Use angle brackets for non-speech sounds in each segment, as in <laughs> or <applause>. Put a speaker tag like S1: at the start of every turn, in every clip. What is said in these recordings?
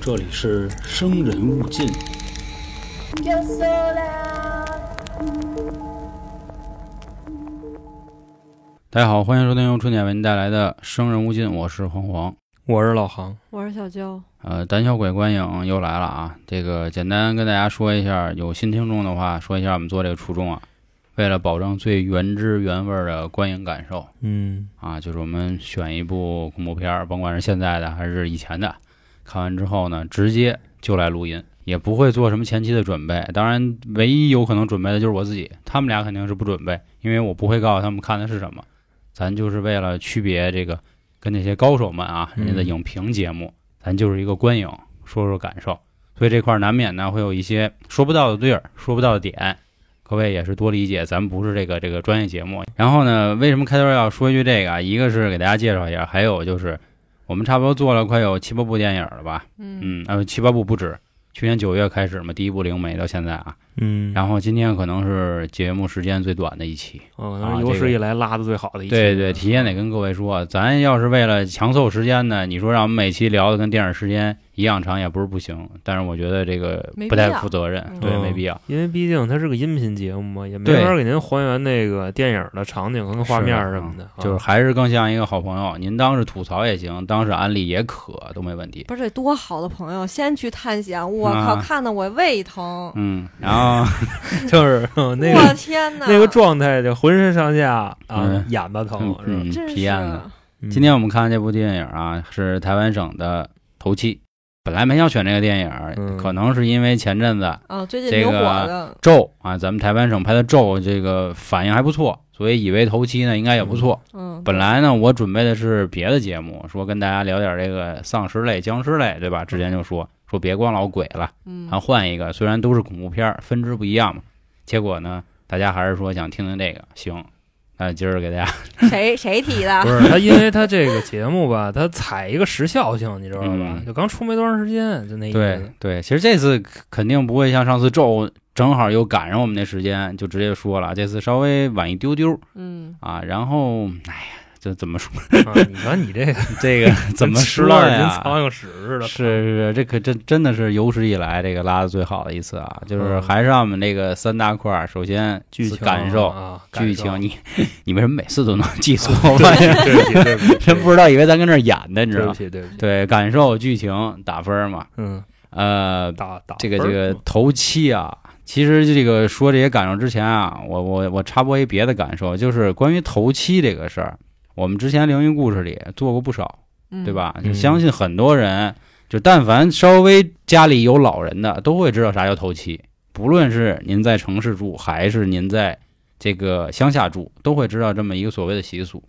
S1: 这里是《生人勿进》。
S2: Yo sola,
S3: 大家好，欢迎收听由春点为您带来的《生人勿近》，我是黄黄。
S4: 我是老航，
S5: 我是小娇，
S3: 呃，胆小鬼观影又来了啊！这个简单跟大家说一下，有新听众的话，说一下我们做这个初衷啊，为了保证最原汁原味儿的观影感受
S4: 嗯，
S3: 啊，就是我们选一部恐怖片儿，甭管是现在的还是以前的，看完之后呢，直接就来录音，也不会做什么前期的准备。当然，唯一有可能准备的就是我自己，他们俩肯定是不准备，因为我不会告诉他们看的是什么。咱就是为了区别这个跟那些高手们啊，
S4: 嗯
S3: 人家的影评节目，咱就是一个观影，说说感受。所以这块儿难免呢会有一些说不到的地儿，说不到的点，各位也是多理解。咱们不是这个这个专业节目。然后呢，为什么开头要说一句这个啊？一个是给大家介绍一下，还有就是我们差不多做了快有七八部电影了吧？
S5: 嗯
S3: 嗯，呃，七八部不止。去年九月开始嘛，第一部《灵媒》到现在啊，
S4: 嗯，
S3: 然后今天可能是节目时间最短的一期，
S4: 哦，
S3: 啊
S4: 那是有
S3: 这个
S4: 史以来拉的最好的一期，
S3: 对对，提前得跟各位说，咱要是为了强凑时间呢，你说让我们每期聊的跟电影时间一样长也不是不行，但是我觉得这个
S5: 没必
S3: 不太
S5: 要
S3: 负责任，
S5: 嗯
S3: 对，
S4: 嗯
S3: 没必要。
S4: 因为毕竟它是个音频节目嘛，也没
S3: 对
S4: 法给您还原那个电影的场景跟画面什么的，啊
S3: 就是还是更像一个好朋友。您当是吐槽也行，当是安利也可，都没问题。
S5: 不是这多好的朋友，先去探险，我
S3: 啊
S5: 靠，看的我胃
S4: 哦
S5: 疼，
S3: 嗯，然
S4: <laughs>
S3: 后
S4: 就是嗯 <laughs> 那
S5: 我
S4: 个
S5: 天哪，
S4: 那个状态，就浑身上下啊
S3: 嗯
S4: 眼巴疼
S3: 嗯，
S4: 是吧
S3: 嗯
S5: 真是啊
S3: 皮燕子，
S4: 嗯
S3: 今天我们看这部电影啊，是台湾省的头七。本来没想选这个电影，
S4: 嗯
S3: 可能是因为前阵子
S5: 啊，最近
S3: 这
S5: 挺火
S3: 个
S5: 的，
S3: 咒啊，咱们台湾省拍的咒，这个反应还不错，所以以为头七呢应该也不错。
S5: 嗯，
S3: 本来呢，我准备的是别的节目，说跟大家聊点这个丧尸类、僵尸类，对吧？之前就说说别光老鬼了，
S5: 嗯
S3: 然后换一个，虽然都是恐怖片儿，分支不一样嘛。结果呢，大家还是说想听听这个，行，那今儿给大家
S5: <laughs> 谁谁提
S4: <laughs>
S5: 的
S4: 不？是他，因为他这个节目吧，他踩一个时效性，你知道吧
S3: 嗯？
S4: 就刚出没多长时间，就那意
S3: 对
S4: 思。
S3: 对，其实这次肯定不会像上次咒，正好又赶上我们那时间，就直接说了，这次稍微晚一丢丢
S5: 嗯，
S3: 啊。然后，哎呀，这怎么说？
S4: 啊你说你这个
S3: <laughs> 这个怎么
S4: 吃
S3: 说
S4: 了跟
S3: 呀？
S4: 苍蝇屎似的？啊
S3: 是是是，这可真真的是有史以来这个拉的最好的一次啊！就是
S4: 嗯
S3: 还是让我们这个三大块儿，首先
S4: 剧情
S3: 感受、
S4: 啊，感
S3: 剧
S4: 受
S3: 情，你 <laughs> 你为什么每次都能记错？我发现
S4: <laughs> 对不起，对不起，
S3: 真不知道，以为咱跟这儿演的，你知
S4: 对
S3: 道
S4: 不
S3: 吗？
S4: 起，对不起，
S3: 对，感受剧情打分嘛，
S4: 嗯，
S3: 呃，
S4: 打打
S3: 这个
S4: 分
S3: 这
S4: 儿嗯
S3: 个
S4: 嘛
S3: 头七啊，其实这个说这些感受之前啊，我我我插播一别的感受，就是关于头七这个事儿，我们之前灵异故事里做过不少，
S5: 嗯
S3: 对？吧？
S4: 嗯
S3: 相信很多人，就但凡稍微家里有老人的，都会知道啥叫头七。不论是您在城市住，还是您在这个乡下住，都会知道这么一个所谓的习俗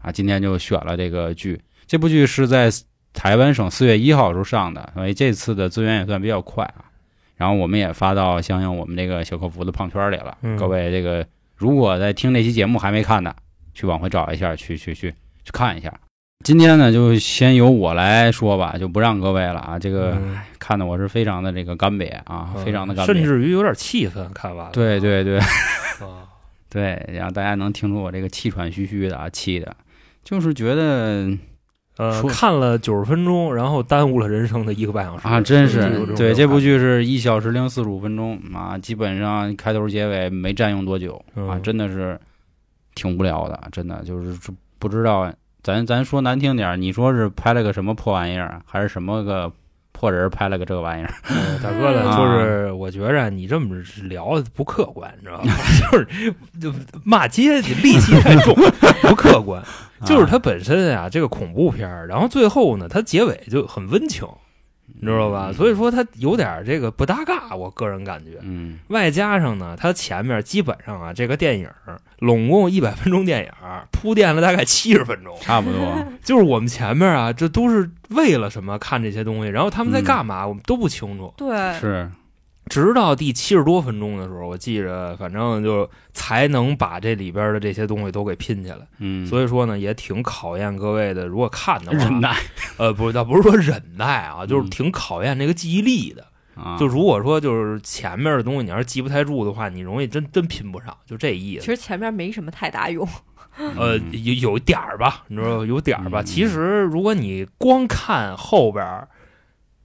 S3: 啊。今天就选了这个剧，这部剧是在台湾省四月一号时候上的，所以这次的资源也算比较快啊。然后我们也发到相应我们这个小客服的胖圈里了。
S4: 嗯
S3: 各位，这个如果在听这期节目还没看的，去往回找一下，去去去去看一下。今天呢，就先由我来说吧，就不让各位了啊。这个、
S4: 嗯
S3: 看的我是非常的这个干瘪啊，非常的干瘪，
S4: 甚至于有点气愤。看完了，
S3: 对对对
S4: 啊，
S3: 对，然后大家能听出我这个气喘吁吁的啊，气的，就是觉得
S4: <laughs> 呃，
S3: 说
S4: 看了九十分钟，然后耽误了人生的一个半小时
S3: 啊，真
S4: 就有
S3: 是
S4: 种
S3: 对
S4: 感
S3: 这部
S4: 觉，
S3: 剧是一小时零四十五分钟啊，基本上开头结尾没占用多久啊，
S4: 嗯
S3: 真的是挺无聊的，真的就是这不知道咱咱说难听点儿，你说是拍了个什么破玩意儿，啊还是什么个破人儿拍了个这个玩意儿？
S4: 呃大哥
S3: 啊
S4: 呢，就是我觉着你这么聊不客观，你知道吧？ <laughs> 就是就骂街，你戾气太重， <laughs> 不客观。 <laughs>
S3: 啊
S4: 就是它本身啊，这个恐怖片儿，然后最后呢，它结尾就很温情，你知道
S3: 嗯
S4: 吧？所以说它有点这个不搭嘎，我个人感觉。
S3: 嗯，
S4: 外加上呢，它前面基本上啊，这个电影儿拢共一百分钟电影儿铺垫了大概七十分钟，
S3: 差不
S4: <laughs>
S3: 多。
S4: 就是我们前面啊，这都是为了什么看这些东西，然后他们在
S3: 嗯
S4: 干嘛，我们都不清楚。
S5: 对，
S3: 是，
S4: 直到第七十多分钟的时候，我记着，反正就才能把这里边的这些东西都给拼起来。
S3: 嗯，
S4: 所以说呢，也挺考验各位的。如果看的
S3: 忍
S4: 话，
S3: 耐
S4: 呃，不是，倒不是说忍耐啊，就是
S3: 嗯
S4: 挺考验这个记忆力的。
S3: 啊，
S4: 就如果说就是前面的东西，你要是记不太住的话，你容易真真拼不上，就这意
S5: 其
S4: 思。
S5: 实前面没什么太大用，
S4: 呃，
S3: 嗯
S4: 有有点儿吧，你知道吧有点儿吧。
S3: 嗯
S4: 其实如果你光看后边儿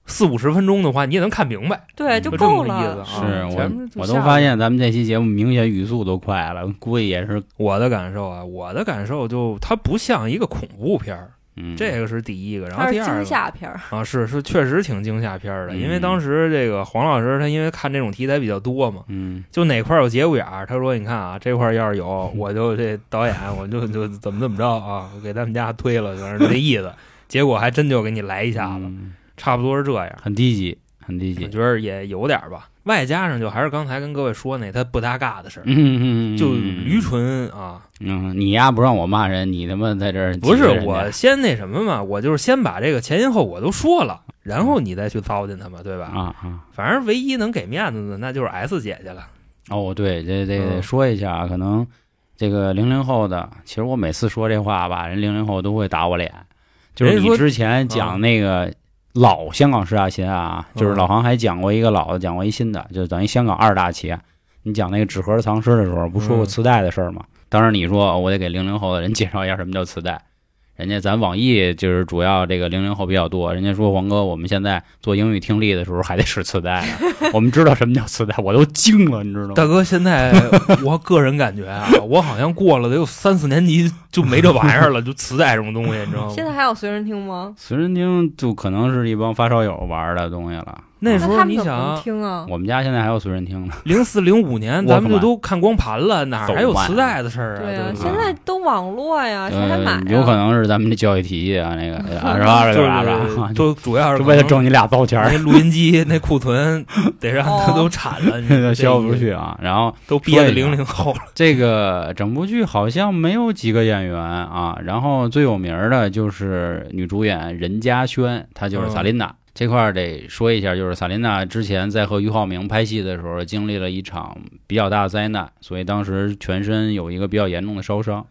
S4: 四五十分钟的话，你也能看明白，
S3: 嗯
S5: <laughs> 对，就
S4: 就这么
S5: 够
S4: 个意思
S5: 了。
S4: 啊。
S3: 是
S4: 前
S3: 我
S4: 面就
S3: 我都
S4: 下来
S3: 发
S4: 了
S3: 现咱们这期节目明显语速都快了，估计也是
S4: 我的感受啊，我的感受就它不像一个恐怖片儿，
S3: 嗯
S4: 这个是第一个，然
S5: 它
S4: 后
S5: 是
S4: 第二
S5: 惊
S4: 个
S5: 吓片儿，
S4: 啊是是确实挺惊吓片儿的，因为
S3: 嗯
S4: 当时这个黄老师他因为看这种题材比较多嘛，
S3: 嗯
S4: 就哪块儿有节骨眼儿，他说：“你
S3: <laughs>
S4: 看啊，这块儿要是有，我就这导演，我就就怎么怎么着啊，我给他们家推了，反正就这意思。结果还真就给你来一下子，
S3: 嗯
S4: 差不多是这样。
S3: 很低级，很低级
S4: 我，觉得也有点儿吧，外加上就还是刚才跟各位说那他不搭嘎的事儿，
S3: 嗯嗯嗯，
S4: 就
S3: 嗯
S4: 驴唇啊，
S3: 嗯，你呀不让我骂人，你他妈在这儿
S4: 不是
S3: 挤兑人家
S4: 我先那什么嘛，我就是先把这个前因后果都说了，然
S3: 嗯
S4: 后你再去糟践他嘛，对吧？
S3: 啊啊
S4: 反正唯一能给面子的那就是 S 姐姐了，
S3: 哦，对，这这得
S4: 嗯
S3: 说一下啊，可能这个零零后的，其实我每次说这话吧，人零零后都会打我脸，就是
S4: 人
S3: 你
S4: 家说
S3: 之前讲那个。老香港十大奇案啊，就是
S4: 嗯
S3: 老航还讲过一个老的，讲过一新的，就等于香港二大奇案。你讲那个纸盒藏尸的时候，不说过
S4: 嗯
S3: 磁带的事儿吗？当时你说哦我得给零零后的人介绍一下什么叫磁带，人家咱网易就是主要这个零零后比较多，人家说黄哥，我们现在做英语听力的时候还得使磁带呢，
S5: <laughs>
S3: 我们知道什么叫磁带，我都惊了，你知道
S4: <laughs> 大
S3: 吗？
S4: 哥，现在我个人感觉啊，我好像过了得有三四年级就没这玩意儿了，就磁带这种东西，你知道吗？
S5: 现在还有随身听吗？
S3: 随身听就可能是一帮发烧友玩的东西了。
S4: 那时
S5: 那
S4: 候
S5: 他们
S4: 你
S5: 怎么能
S4: 想，
S5: 听啊？
S3: 我们家现在还有随身听呢，
S4: 零四零五年
S3: Walkman
S4: 咱们就都看光盘了，哪还有磁带的事儿
S5: 对
S4: 啊？
S5: 啊，
S4: 对
S5: 现
S4: 吧？
S5: 在都网络呀，谁啊还买
S3: 呃
S5: 呀？
S3: 有可能是咱们这教育体系啊，那
S5: <laughs>
S3: 个啊是吧？
S4: 就是
S3: 吧？是吧
S4: 是就主要是
S3: 就为了
S4: 可能
S3: 挣你俩糟钱儿，
S4: 那录音机那库存得让
S5: 哦
S4: 它都产了，你
S3: <laughs>
S4: 这
S3: 消不出去啊。然后
S4: 都憋
S3: 说
S4: 得
S3: 一下
S4: 零零后了。
S3: 这个整部剧好像没有几个演员啊，然后最有名儿的就是女主演任嘉萱，她就是
S4: 嗯
S3: 萨琳娜。这块儿得说一下，就是萨琳娜之前在和俞灏明拍戏的时候，经历了一场比较大的灾难，所以当时全身有一个比较严重的烧伤，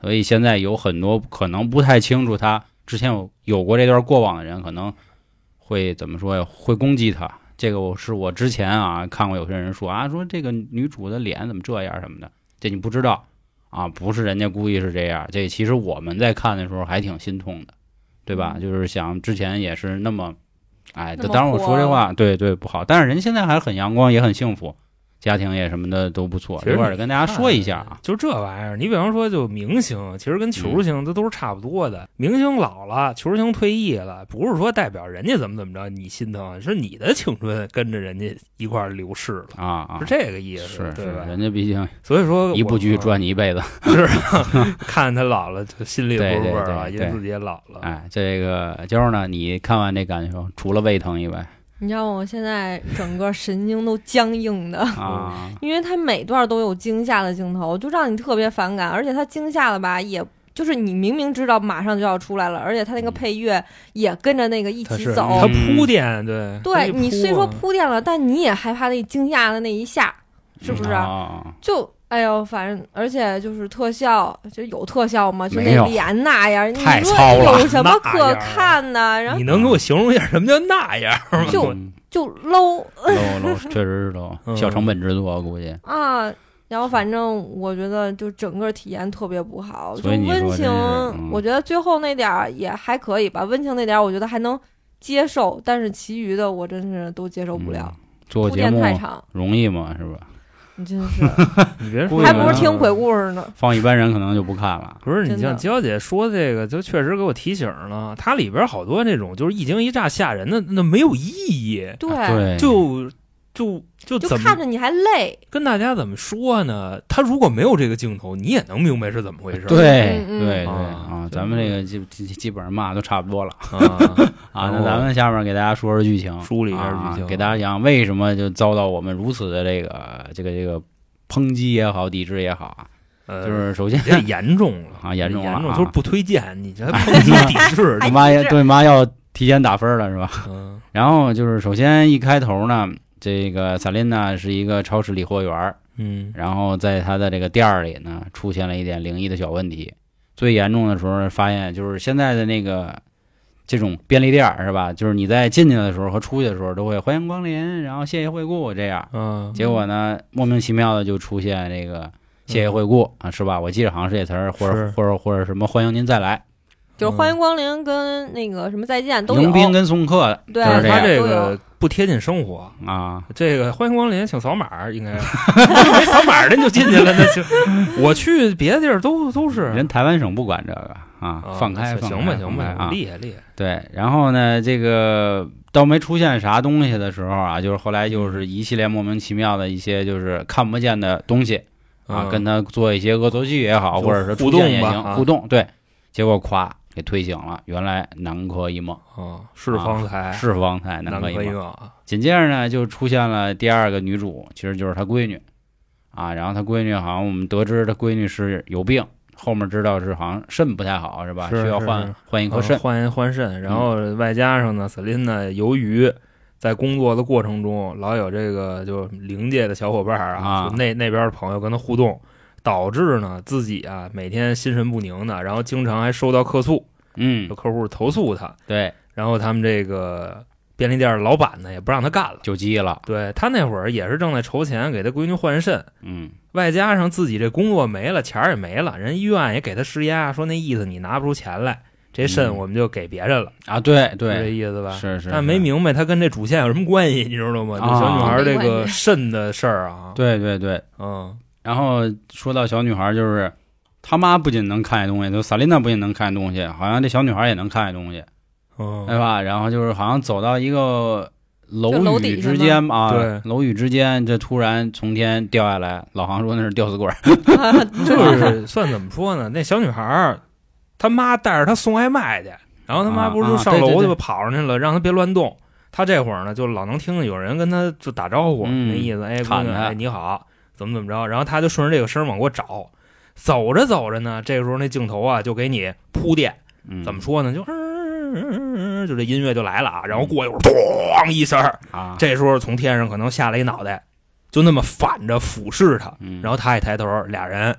S3: 所以现在有很多可能不太清楚她之前有有过这段过往的人，可能会怎么说呀？会攻击她。这个我是我之前啊看过有些人说啊，说这个女主的脸怎么这样什么的，这你不知道啊，不是人家故意是这样，这其实我们在看的时候还挺心痛的，对吧？
S5: 嗯
S3: 就是想之前也是那么，哎，
S5: 那么
S3: 当然我说这
S5: 火啊
S3: 话对对不好，但是人现在还很阳光，也很幸福，家庭也什么的都不错，
S4: 其实
S3: 这块儿
S4: 你
S3: 跟大家说一下啊，
S4: 就这玩意儿，你比方说，就明星，其实跟
S3: 嗯
S4: 球星这都是差不多的。明星老了，球星退役了，不是说代表人家怎么怎么着，你心疼，是你的青春跟着人家一块儿流逝了，
S3: 啊啊
S4: 是，这个意思，
S3: 是
S4: 对吧？
S3: 人家毕
S4: <laughs>
S3: 竟
S4: 所以说，
S3: 一部剧
S4: 专。
S3: 赚你一辈子，
S4: 是啊， <laughs> 看他老了，就心里有
S3: 对
S4: 味
S3: 对
S4: 儿啊，
S3: 对
S4: 因
S3: 对
S4: 为自己也老了。
S3: 哎，这个娇儿呢，你看完这感受，除了胃疼以外
S5: 你知道我现在整个神经都僵硬的，
S3: 啊，
S5: 因为它每段都有惊吓的镜头，就让你特别反感，而且它惊吓了吧，也就是你明明知道马上就要出来了，而且它
S3: 嗯
S5: 那个配乐也跟着那个一
S4: 他
S5: 起
S4: 是
S5: 走，
S4: 他铺垫，对，它
S5: 对
S4: 一
S5: 你虽
S4: 铺
S5: 说
S4: 啊
S5: 铺垫了，但你也害怕那惊讶的那一下，是不是？
S3: 啊，
S5: 就哎呦，反正而且就是特效，就有特效吗？就
S3: 没有
S5: 那脸那样，你
S3: 太糙
S5: 说
S3: 了
S5: 有什么
S4: 那样
S3: 啊
S5: 可看的？然后
S4: 你能给我形容一下什么叫那样
S3: <laughs>
S4: 儿吗？
S5: <laughs> 就
S3: 嗯
S5: 就 low
S3: low low，确实是 low，
S4: <laughs> 嗯
S3: 小成本制作估计。
S5: 啊。然后反正我觉得就整个体验特别不好，就
S3: 所以你说
S5: 温
S3: 真是
S5: 情，
S3: 嗯
S5: 我觉得最后那点儿也还可以吧，温情那点儿我觉得还能接受，但是其余的我真是都接受不了，
S3: 嗯做
S5: 铺
S3: 节
S5: 垫
S3: 目
S5: 太长，
S3: 容易吗？是吧？
S5: 你真
S3: <laughs>
S5: 是
S4: 你别
S3: 故
S4: 说，
S3: 意
S5: 还不
S3: 的
S5: 如听鬼。故事呢。
S3: 放一般人可能就不看了。
S4: 不是你
S5: 真
S4: 像
S5: 的
S4: 娇姐说这个，就确实给我提醒了。它里边好多那种就是一惊一乍吓人的，那没有意义，
S5: 对，
S3: 对，
S4: 就就就
S5: 就
S4: 怎
S5: 看
S4: 么
S5: 着你还累，
S4: 跟大家怎么说呢？他如果没有这个镜头，你也能明白是怎么回事儿。
S3: 对
S5: 嗯嗯
S3: 对对
S4: 啊
S3: 啊，
S4: 真
S3: 咱们
S4: 是
S3: 这个基基基本上嘛都差不多了
S4: 啊，
S3: <laughs> 啊。那
S4: 哦
S3: 咱们下面给大家说说剧情，
S4: 梳理一下
S3: 啊
S4: 剧情
S3: 给大家讲为什么就遭到我们如此的这个这个这个抨击也好，抵制也好啊。
S4: 呃
S3: 就是首先
S4: 有点严重了
S3: 啊严重了
S4: 严重
S3: 啊
S4: 就是不推荐你，这还抨击抵
S5: <laughs>
S4: 制
S3: 我妈
S5: 抵
S3: 要
S5: 制
S3: 对妈要提前打分了是吧？ <laughs>
S4: 嗯
S3: 然后就是首先一开头呢，这个萨琳娜是一个超市理货员儿，
S4: 嗯
S3: 然后在他的这个店儿里呢，出现了一点灵异的小问题。最严重的时候，发现就是现在的那个这种便利店儿是吧？就是你在进去的时候和出去的时候都会欢迎光临，然后谢谢惠顾这
S5: 嗯
S3: 样。
S4: 啊
S3: 结果呢，莫名其妙的就出现
S5: 嗯
S3: 这个谢谢惠顾啊，是吧？我记得好像是这词儿，或者
S4: 是
S3: 或者或者什么欢迎您再来。
S5: 就是欢迎光临跟那个什么再见都有。
S3: 嗯迎宾跟送客
S5: 对
S3: 就是这
S4: 他
S3: 样
S4: 这
S5: 都
S4: 个
S5: 有
S4: 不贴近生活。
S3: 啊，
S4: 这个欢迎光临，请扫
S3: <laughs>
S4: 码，应该没扫码的你就进去了。那就我去别的地儿都都是
S3: 人台湾省不管这个
S4: 啊
S3: 啊，放开
S4: 行
S3: 放
S4: 行吧
S3: 开
S4: 行
S3: 放开
S4: 吧，
S3: 啊，
S4: 厉害厉害，
S3: 对，然后呢，这个倒没出现啥东西的时候啊，就是后来就是
S4: 嗯
S3: 一系列莫名其妙的一些就是看不见的东西啊，
S4: 嗯
S3: 跟他做一些恶作剧也好，
S4: 就
S3: 或者是
S4: 互
S3: 出现
S4: 动
S3: 也
S4: 吧
S3: 行，
S4: 啊
S3: 互动对，结果咵给推醒了，原来南柯一梦，
S4: 啊是方才
S3: 是方才南
S4: 南
S3: 柯
S4: 柯
S3: 一
S4: 一
S3: 梦。
S4: 梦啊，
S3: 紧接着呢，就出现了第二个女主，其实就是她闺女啊，然后她闺女好像我们得知她闺女是有病，后面知道是好像肾不太好是吧？
S4: 是
S3: 需要
S4: 是
S3: 换
S4: 是
S3: 换一颗
S4: 嗯
S3: 肾。
S4: 换换肾，然
S3: 嗯
S4: 后外加上呢，瑟琳呢，由于在工作的过程中老有这个就灵界的小伙伴儿
S3: 啊
S4: 就那那边的朋友跟他互动，导致呢自己啊每天心神不宁的，然后经常还收到客诉，
S3: 嗯
S4: 有，客户投诉他，
S3: 对，
S4: 然后他们这个便利店的老板呢也不让他干了，
S3: 就急了。
S4: 对他那会儿也是正在筹钱给他闺女换肾，
S3: 嗯，
S4: 外加上自己这工作没了，钱儿也没了，人医院也给他施压，说那意思你拿不出钱来，这肾
S3: 嗯
S4: 我们就给别人了，
S3: 啊，对
S4: 是这
S3: 对，
S4: 意思吧？
S3: 是是，
S4: 但没
S3: 是，
S4: 明白他跟这主线有什么关系，你知道吗？
S3: 啊
S4: 这小女孩这
S5: 没
S4: 个
S5: 关系
S4: 肾的事儿啊，
S3: 对对对。
S4: 嗯，
S3: 然后说到小女孩，就是她妈不仅能看见东西，就萨琳娜不仅能看见东西，好像这小女孩也能看见东西，
S4: 嗯
S3: 对吧？然后就是好像走到一个
S5: 就
S3: 楼
S5: 楼
S3: 宇
S5: 底
S3: 之
S5: 是吗
S3: 间啊，
S4: 对
S3: 楼宇之间，这突然从天掉下来，老航说那是吊死
S4: <laughs>
S3: 鬼儿， <laughs>
S4: 就是 <laughs> 算怎么说呢？那小女孩儿，她妈带着她送外卖去，然后她妈不是说上
S3: 啊啊对
S4: 楼
S3: 对
S4: 去
S3: 对
S4: 吧，跑上去了，让她别乱动。她这会儿呢，就老能听见有人跟她就打招呼，
S3: 嗯
S4: 那意思，哎，姑
S3: 喊
S4: 娘，
S3: 她
S4: 哎，你好，怎么怎么着。然后她就顺着这个声儿往过找，走着走着呢，这时候那镜头啊就给你铺垫，
S3: 嗯，
S4: 怎么说呢？就、嗯，就这音乐就来了啊。然后过一会儿，咣一声儿，
S3: 啊？
S4: 这时候从天上可能下来一脑袋，就那么反着俯视她。
S3: 嗯，
S4: 然后他一抬头，俩人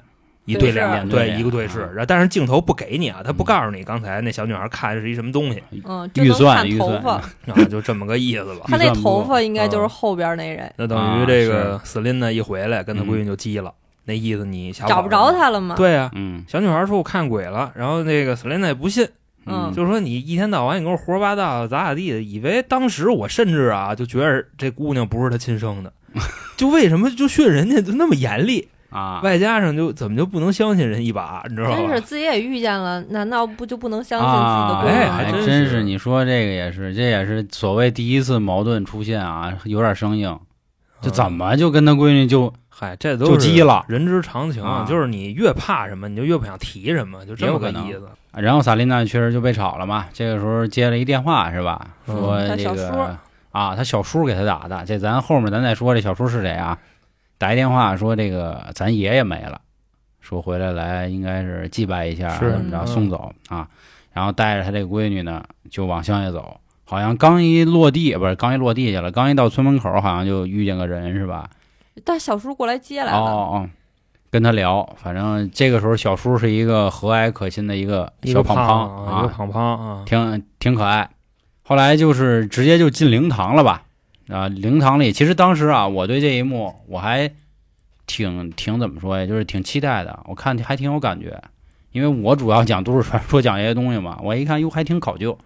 S4: 一
S5: 对
S4: 脸
S5: 视
S4: 脸
S3: 对
S4: 对
S3: 脸
S4: 一个对视
S3: 啊，
S4: 然后但是镜头不给你啊，他不
S3: 嗯
S4: 告诉你刚才那小女孩看的是一什么东西
S5: 嗯，就
S3: 预
S5: 能
S3: 算
S5: 看
S3: 预
S5: 头
S3: 算
S5: 发，
S4: 啊，就这么个意
S3: <laughs>
S4: 思吧
S3: 嗯。
S5: 他那头发应该
S4: 嗯
S5: 就是后边那人，
S4: 那等
S3: 啊
S4: 于这个斯琳呢一回来跟他闺女就急了，那意思你瞎
S5: 找不着
S4: 他。
S5: 他了吗？
S4: 对啊，
S3: 嗯
S4: 小女孩说我看鬼了，然后那个斯琳娜也不信，
S5: 嗯
S4: 就说你一天到晚你跟我胡说八道咋咋地的，以为当时我甚至啊就觉着这姑娘不是她亲
S3: <laughs>
S4: 生的，就为什么就训人家就那么严厉，
S3: 啊，
S4: 外加上就怎么就不能相信人一把，你知
S3: 嗯
S4: 道
S5: 真
S4: 吧
S5: 是？自己也遇见了，难道不就不能相信
S3: 啊，
S5: 自己的闺
S4: 哎
S5: 女
S4: 还
S5: 吗？
S3: 还
S4: 真
S3: 真
S4: 是
S3: 是，你说这个也是，这也是所谓第一次矛盾出现啊，有点生硬，就怎
S4: 么？
S3: 么就跟他闺女就
S4: 嗨，这嗯都
S3: 就是激了。
S4: 人之常情，
S3: 啊
S4: 就是你越怕什么，你就越不想提什么，就这么个意
S3: 也
S4: 思。
S3: 然后萨琳娜确实就被炒了嘛，这个时候接了一电话是吧？
S4: 嗯
S3: 说
S5: 他
S3: 这
S5: 小
S3: 个、
S5: 叔
S3: 啊，他小叔给他打的，这咱后面咱再说这小叔是谁啊？打一电话说这个咱爷爷没了，说回来来应该是祭拜一下，
S4: 是
S3: 怎么着
S4: 嗯
S3: 送走啊？然后带着他这个闺女呢就往乡下走，好像刚一落地不是刚一落地去了，刚一到村门口好像就遇见个人是吧？
S5: 但小叔过来接来
S3: 哦
S5: 了，
S3: 哦哦，跟他聊，反正这个时候小叔是一个和蔼可亲的一个
S4: 一
S3: 小
S4: 个
S3: 胖
S4: 胖
S3: 啊，
S4: 一个胖胖啊，
S3: 挺挺可爱。后来就是直接就进灵堂了吧？啊，灵堂里其实当时啊，我对这一幕我还挺挺怎么说呀，就是挺期待的。我看还挺有感觉，因为我主要讲都市传说，讲这些东西嘛。我一看，哟，还挺考究，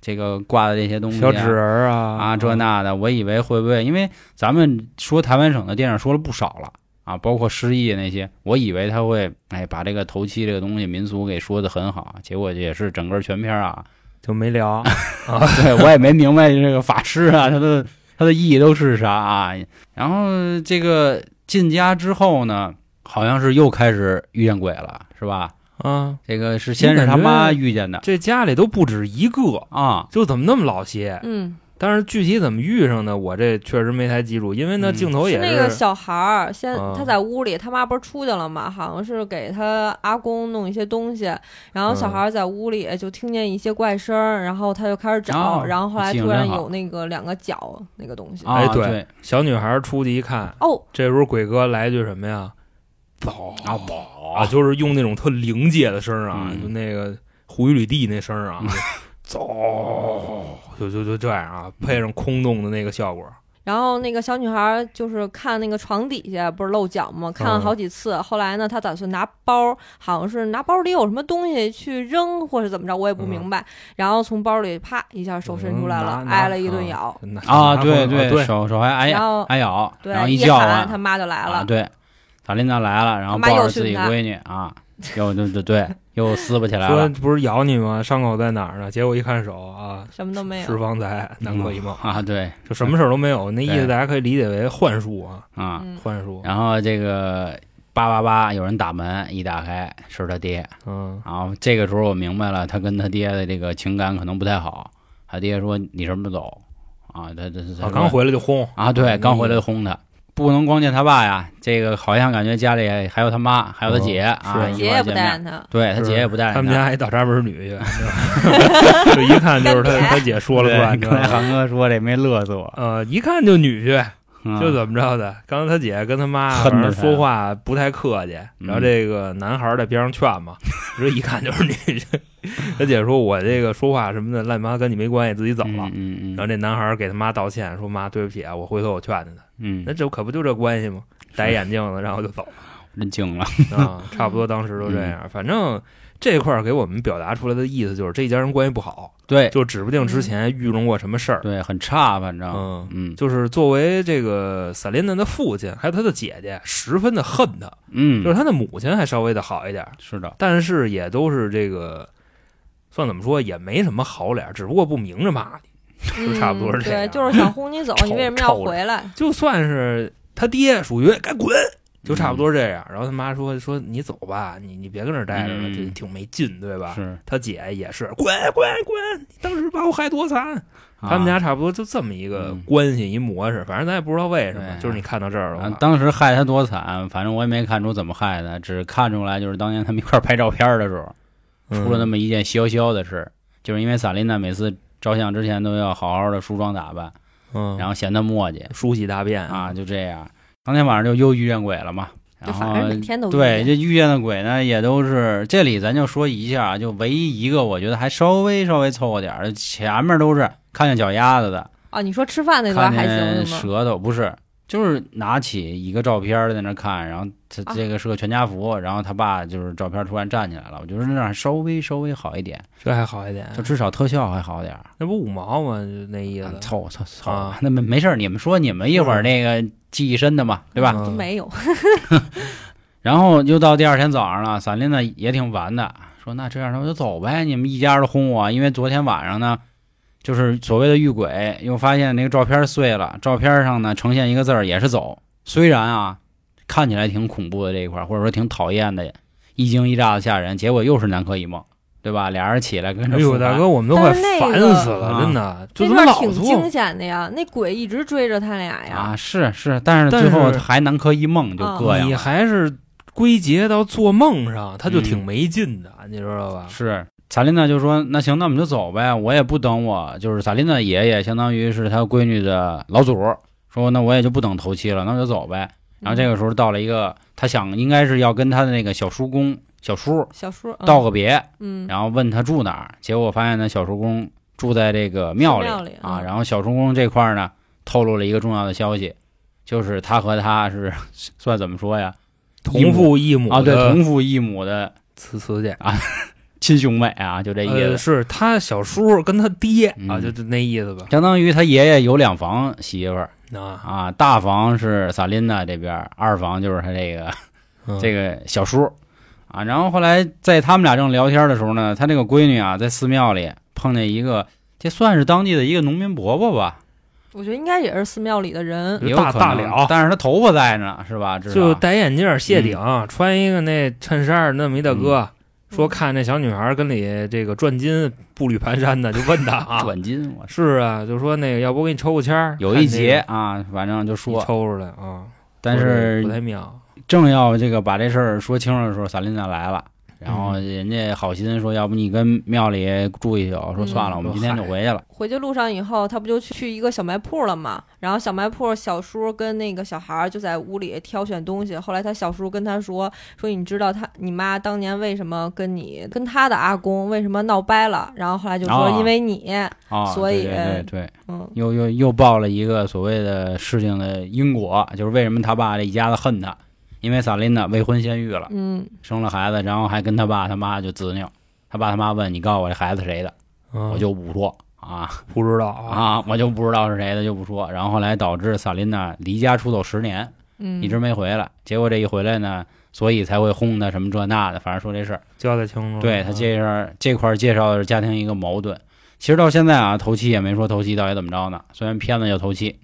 S3: 这个挂的这些东西、啊，
S4: 小纸人儿啊
S3: 啊，这那的，我以为会不会，因为咱们说台湾省的电影说了不少了啊，包括失忆那些，我以为他会哎把这个头七这个东西民俗给说的很好，结果也是整个全片啊，
S4: 就
S3: <laughs>
S4: 没聊。 <laughs>
S3: 对我也没明白这个法师啊，他的他的意义都是啥啊。然后这个进家之后呢，好像是又开始遇见鬼了，是吧？
S4: 啊，
S3: 这个是先是他妈遇见的
S4: 这家里都不止一个，
S3: 啊，
S4: 就怎么那么老些？
S5: 嗯，
S4: 但是具体怎么遇上的，我这确实没太记住，因为呢
S3: 嗯
S4: 镜哦头也
S5: 那个小孩儿，先
S4: 啊
S5: 他在屋里，他妈不是出去了嘛，好像是给他阿公弄一些东西，然后小
S4: 嗯
S5: 孩儿在屋里就听见一些怪声儿，然后他就开始
S3: 哦
S5: 找，然后后来
S3: 记性
S5: 突然
S3: 真好
S5: 有那个两个脚那个东西，
S3: 啊，
S4: 哎对
S3: 对
S4: 小女孩出去一看，
S5: 哦，
S4: 这时候鬼哥来句什么呀？走
S3: 啊，宝
S4: 啊，就是用那种特灵界的声儿啊，
S3: 嗯
S4: 就那个胡一吕地那声儿
S3: 嗯
S4: 啊，就走，就就就这样啊，配上空洞的那个效果，
S5: 然后那个小女孩就是看那个床底下不是露脚
S4: 嗯
S5: 吗？看了好几次。后来呢，她打算拿包，好像是拿包里有什么东西去扔，或是怎么着，我也不
S4: 嗯
S5: 明白。然后从包里啪一下手伸出来了
S4: 嗯，拿
S5: 挨了一顿咬。
S4: 拿
S3: 啊，
S4: 拿
S3: 对
S4: 过来啊对，
S3: 手手还挨
S5: 然后
S3: 挨咬，
S5: 对，
S3: 然后一
S5: 一
S3: 叫
S5: 喊
S3: 唤
S5: 他妈就来了。
S3: 啊，对，法琳娜来了，然后
S5: 他妈
S3: 抱
S5: 又
S3: 着自己
S5: 训他
S3: 闺女啊，又对对对，又撕巴起来
S4: 说
S3: 了，
S4: 不是咬你吗？伤口在哪儿呢？结果一看手啊，
S5: 什么都
S3: 哎
S5: 没
S4: 是
S5: 有。
S4: 方才，南柯一梦，
S3: 啊，对
S4: 就什么事儿都没有。那意
S3: 对
S4: 思大家可以理解为幻术啊，
S3: 啊，
S5: 嗯，
S4: 幻术。
S3: 然后这个八八八有人打门，一打开是他爹，
S4: 嗯，
S3: 然后这个时候我明白了，他跟他爹的这个情感可能不太好，他爹说你什么时候走啊？他他他
S4: 啊，刚回来嗯就轰
S3: 啊，对，刚回来就轰他。不能光见他爸呀，这个好像感觉家里还有他妈，还有他姐、啊，
S4: 嗯是
S5: 姐
S3: 一块
S5: 也
S3: 儿
S5: 不
S3: 见
S5: 带
S3: 面。
S5: 着他，
S3: 对他
S4: 是
S3: 姐也不带着
S4: 他们
S3: 他
S4: 家还倒插门女去，
S3: <laughs>
S4: 就一看就是他他姐说了
S3: 对
S4: 算，你知
S3: 刚
S4: 道
S3: 才
S4: 吗？
S3: 航哥说这没乐死我，
S4: 呃，一看就女婿，
S3: 嗯
S4: <laughs> 就怎么着的。刚才他姐跟他妈
S3: 恨着
S4: 反正
S3: 他嗯
S4: 说话不太客气，然后这个男孩在边上劝
S3: <laughs>
S4: 嘛，这一看就是女婿。 <laughs> 他姐说：“我这个说话什么的，乱七八糟跟你没关系，自己走了。
S3: 嗯嗯嗯，
S4: 然后这男孩给他妈道歉，说：“妈，对不起啊，我回头我劝劝他。”那
S3: 嗯，
S4: 这可不就这关系吗？戴眼镜子，然后就
S3: <laughs>
S4: 走
S3: 真惊了，
S4: 了啊，差不多当时都这
S3: 嗯
S4: 样。反正这块儿给我们表达出来的意思就是，这一家人关系不好，
S3: 对
S4: 就指不定
S5: 嗯
S4: 之前遇中过什么事儿。
S3: 对，很差，反正
S4: 嗯，
S3: 嗯
S4: 就是作为这个萨琳娜的父亲，还有他的姐姐，十分的恨他，
S3: 嗯，
S4: 就是他的母亲还稍微的好一点，
S3: 是的，
S4: 但是也都是这个。算怎么说也没什么好脸，只不过不明着骂你。
S5: 嗯
S4: 就差不多是这样
S5: 对，就
S3: <laughs>
S5: 是想轰你走，
S4: 臭
S5: 你为什么要回来？
S4: 就算是他爹，属于该滚，就差不多这样。然后他妈说说你走吧，你你别跟这儿待着了，
S3: 嗯
S4: 这挺没劲，对吧？
S3: 是
S4: 他姐也是滚滚滚，你当时把我害多惨。
S3: 啊
S4: 他们家差不多就这么一个
S3: 嗯
S4: 关系一模式，反正咱也不知道为什
S3: 对
S4: 么
S3: 啊，
S4: 就是你看到这儿了
S3: 啊
S4: 嘛，
S3: 当时害他多惨，反正我也没看出怎么害的，只看出来就是当年他们一块儿拍照片儿的时候，出了那
S4: 嗯
S3: 么一件潇潇的事，就是因为萨琳娜每次照相之前都要好好的梳妆打扮，
S4: 嗯，
S3: 然后嫌他墨迹
S4: 梳洗大便
S3: 啊，，就这样，当天晚上就又遇见鬼了嘛，
S5: 就
S3: 然
S5: 反
S3: 后
S5: 正每天都
S3: 对，
S5: 一
S3: 这
S5: 样
S3: 遇见的鬼呢，也都是这里咱就说一下，就唯一一个我觉得还稍微稍微凑合点儿，前面都是看见脚丫子的，
S5: 啊，你说吃饭那段
S3: 看
S5: 还行
S3: 见
S5: 是吗？
S3: 舌头不是，就是拿起一个照片儿在那看，然后他
S5: 啊
S3: 这个是个全家福，然后他爸就是照片突然站起来了，我觉得那样稍微稍微好一点，
S4: 这还好一点，
S5: 嗯
S3: 就至少特效还好点儿。
S4: 那不五毛吗？就那意
S3: 啊
S4: 思，
S3: 凑合凑合凑合
S4: 啊
S3: 吧，那没没事儿，你们说你们一会儿
S4: 嗯
S3: 那个记忆深的嘛，对吧？
S5: 都
S4: 嗯
S5: 没有，
S3: 然后又到第二天早上了，散林呢也挺烦的，说那这样那我就走呗，你们一家都轰我，因为昨天晚上呢，就是所谓的遇鬼，又发现那个照片碎了，照片上呢呈现一个字儿也是走，虽然啊看起来挺恐怖的这一块儿，或者说挺讨厌的，一惊一乍的吓人，结果又是南柯一梦，对吧？俩人起来跟着
S4: 哎呦，
S3: 复盘
S4: 大哥，我们都快烦死
S3: 但是那个嗯
S4: 了，真的，就怎
S5: 那
S4: 么
S5: 段
S4: 老
S5: 挺惊
S4: 做？
S5: 险的呀，那鬼一直追着他俩呀嗯
S3: 啊，。是是，但是
S4: 但
S3: 最后
S4: 是哦
S3: 还南柯一梦就
S5: 啊
S3: 膈应
S4: 你
S3: 了。
S4: 还是归结到做梦上，他就
S3: 嗯
S4: 挺没劲的，你知道
S5: 啊
S4: 吧？
S3: 是，萨琳娜就说：“那行，那我们就走呗，我也不等我，就是萨琳娜爷爷，相当于是她闺女的老祖，说那我也就不等头七了，那就走呗。”然后这个时候到了一个，他想应该是要跟他的那个小叔公、小叔
S5: 小叔
S3: 道个别，
S5: 嗯，
S3: 然后问他住哪儿，结果发现呢，小叔公住在这个庙里
S5: 寺庙里
S3: 啊。
S5: 嗯
S3: 然后小叔公这块儿呢，透露了一个重要的消息，就是他和他是 <laughs> 算怎么说呀？
S4: 同父异母
S3: 啊，对，
S4: 的
S3: 同父异母的
S4: 呲呲姐，
S3: 亲兄妹啊，就这意思
S4: 呃，。是他小叔跟他爹
S3: 嗯
S4: 啊，就就那意思吧。
S3: 相当于他爷爷有两房媳妇儿
S4: 啊，
S3: 啊，大房是萨琳娜这边儿，二房就是他这个
S4: 嗯
S3: <laughs> 这个小叔啊。然后后来在他们俩正聊天的时候呢，他这个闺女啊，在寺庙里碰见一个，这算是当地的一个农民伯伯吧，
S5: 我觉得应该也是寺庙里的人，
S3: 也有
S4: 嗯大
S3: 可
S4: 大
S3: 能
S4: 了
S3: 但是他头发在呢，是吧？嗯知
S4: 就
S3: 道
S4: 戴眼镜、谢顶，啊穿一个那衬衫，那么一大哥。
S3: 嗯
S5: 嗯
S4: 说看那小女孩跟里这个转金步履蹒跚的，就问他啊，
S3: 转金，我是
S4: 是啊，就说那个要不给你抽个签儿，
S3: 有一节啊，反正就
S4: 看这个你
S3: 说，
S4: 抽出来啊，
S3: 但
S4: 不
S3: 是
S4: 不太妙，
S5: 嗯
S3: 正要这个把这事儿说清楚的时候，萨琳娜来了。然后人家好心说，要不你跟庙里住一宿，说算了，
S5: 嗯
S3: 我们今天就回去了。
S5: 回去路上以后，他不就去去一个小卖铺了嘛？然后小卖铺小叔跟那个小孩儿就在屋里挑选东西。后来他小叔跟他说：“说你知道他你妈当年为什么跟你跟他的阿公为什么闹掰了？”然后后来就说
S3: 哦：“
S5: 因为你，
S3: 啊，
S5: 所以
S3: 对对对对，
S5: 嗯，
S3: 又又又报了一个所谓的事情的因果，就是为什么他爸这一家子恨他，因为萨琳娜未婚先孕了，
S5: 嗯，
S3: 生了孩子，然后还跟他爸他妈就滋拗。他爸他妈问你告诉我这孩子谁的，
S4: 我
S3: 我就不说啊
S4: 不知道啊，
S3: 啊，我就不知道是谁的就不说。然后后来导致萨琳娜离家出走十年，
S5: 嗯，
S3: 一直没回来。结果这一回来呢，所以才会轰他什么这那的，反正说这事儿。
S4: 交代清楚了。啊
S3: 对他
S5: 嗯
S3: 这事儿这块儿介绍的是家庭一个矛盾。其实到现在啊，头七也没说头七到底怎么着呢。虽然片子叫头七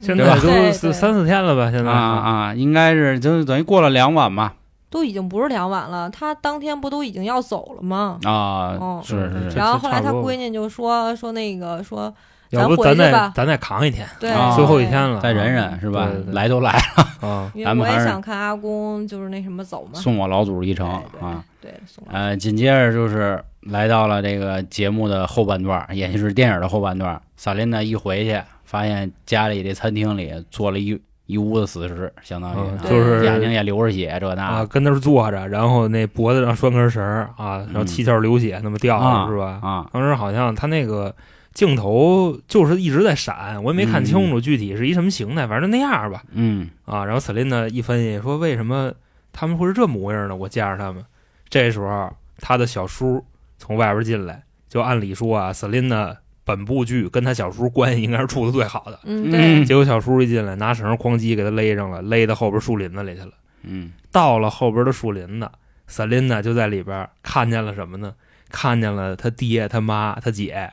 S4: 现
S3: 对吧
S4: 在
S5: 对
S4: 都
S5: 对
S4: 四三四天了吧？
S3: 啊
S4: 现在
S3: 啊，应该是就是等于过了两晚吧
S5: 都已经不是两晚了，他当天不都已经要走了吗？
S3: 啊
S5: 哦，
S3: 是是
S4: 这
S3: 是，
S5: 然后后来
S4: 差
S5: 他
S4: 不多吧
S5: 闺女就说说那个说
S4: 要不咱
S5: 咱回去
S4: 再
S5: 吧
S4: 咱再扛一天，
S5: 对、
S3: 啊
S4: 最后一
S5: 对
S4: 天了，啊
S3: 再忍忍是吧
S4: 对对？对
S3: 来都来了，
S4: 啊。
S5: 因
S3: 咱
S5: 为我
S3: 们
S5: 也
S3: 还是
S5: 想看阿公就是那什么走嘛，
S3: 送我老祖一程
S5: 对
S3: 啊。
S5: 对，送了
S3: 呃，紧接着就是来到了这个节目的后半段，也就是电影的后半段。萨琳娜一回去，发现家里这餐厅里做了一一屋子死尸，相当于、
S4: 嗯
S3: 啊
S4: 就是
S3: 眼睛也流着血，这那
S4: 啊，
S3: 的
S4: 跟那儿坐着，然后那脖子上拴根绳儿啊，然后
S3: 嗯
S4: 七窍流血，那么掉
S3: 啊
S4: 是吧？
S3: 啊
S4: 当时好像他那个镜头就是一直在闪，我也没看清楚具体是一什么形态，反正就那样吧。
S3: 嗯
S4: 啊，然后 c e l i n a 一分析说，为什么他们会是这模样呢？我见着他们，这时候他的小叔从外边进来，就按理说啊 c e l i n a 本部剧跟他小叔关系应该是处的最好的。
S5: 嗯，对，
S3: 嗯
S4: 结果小叔一进来，拿绳哐叽给他勒上了，勒到后边树林子里去了。
S3: 嗯
S4: 到了后边的树林子，萨琳娜就在里边看见了什么呢？看见了他爹、他妈、他姐、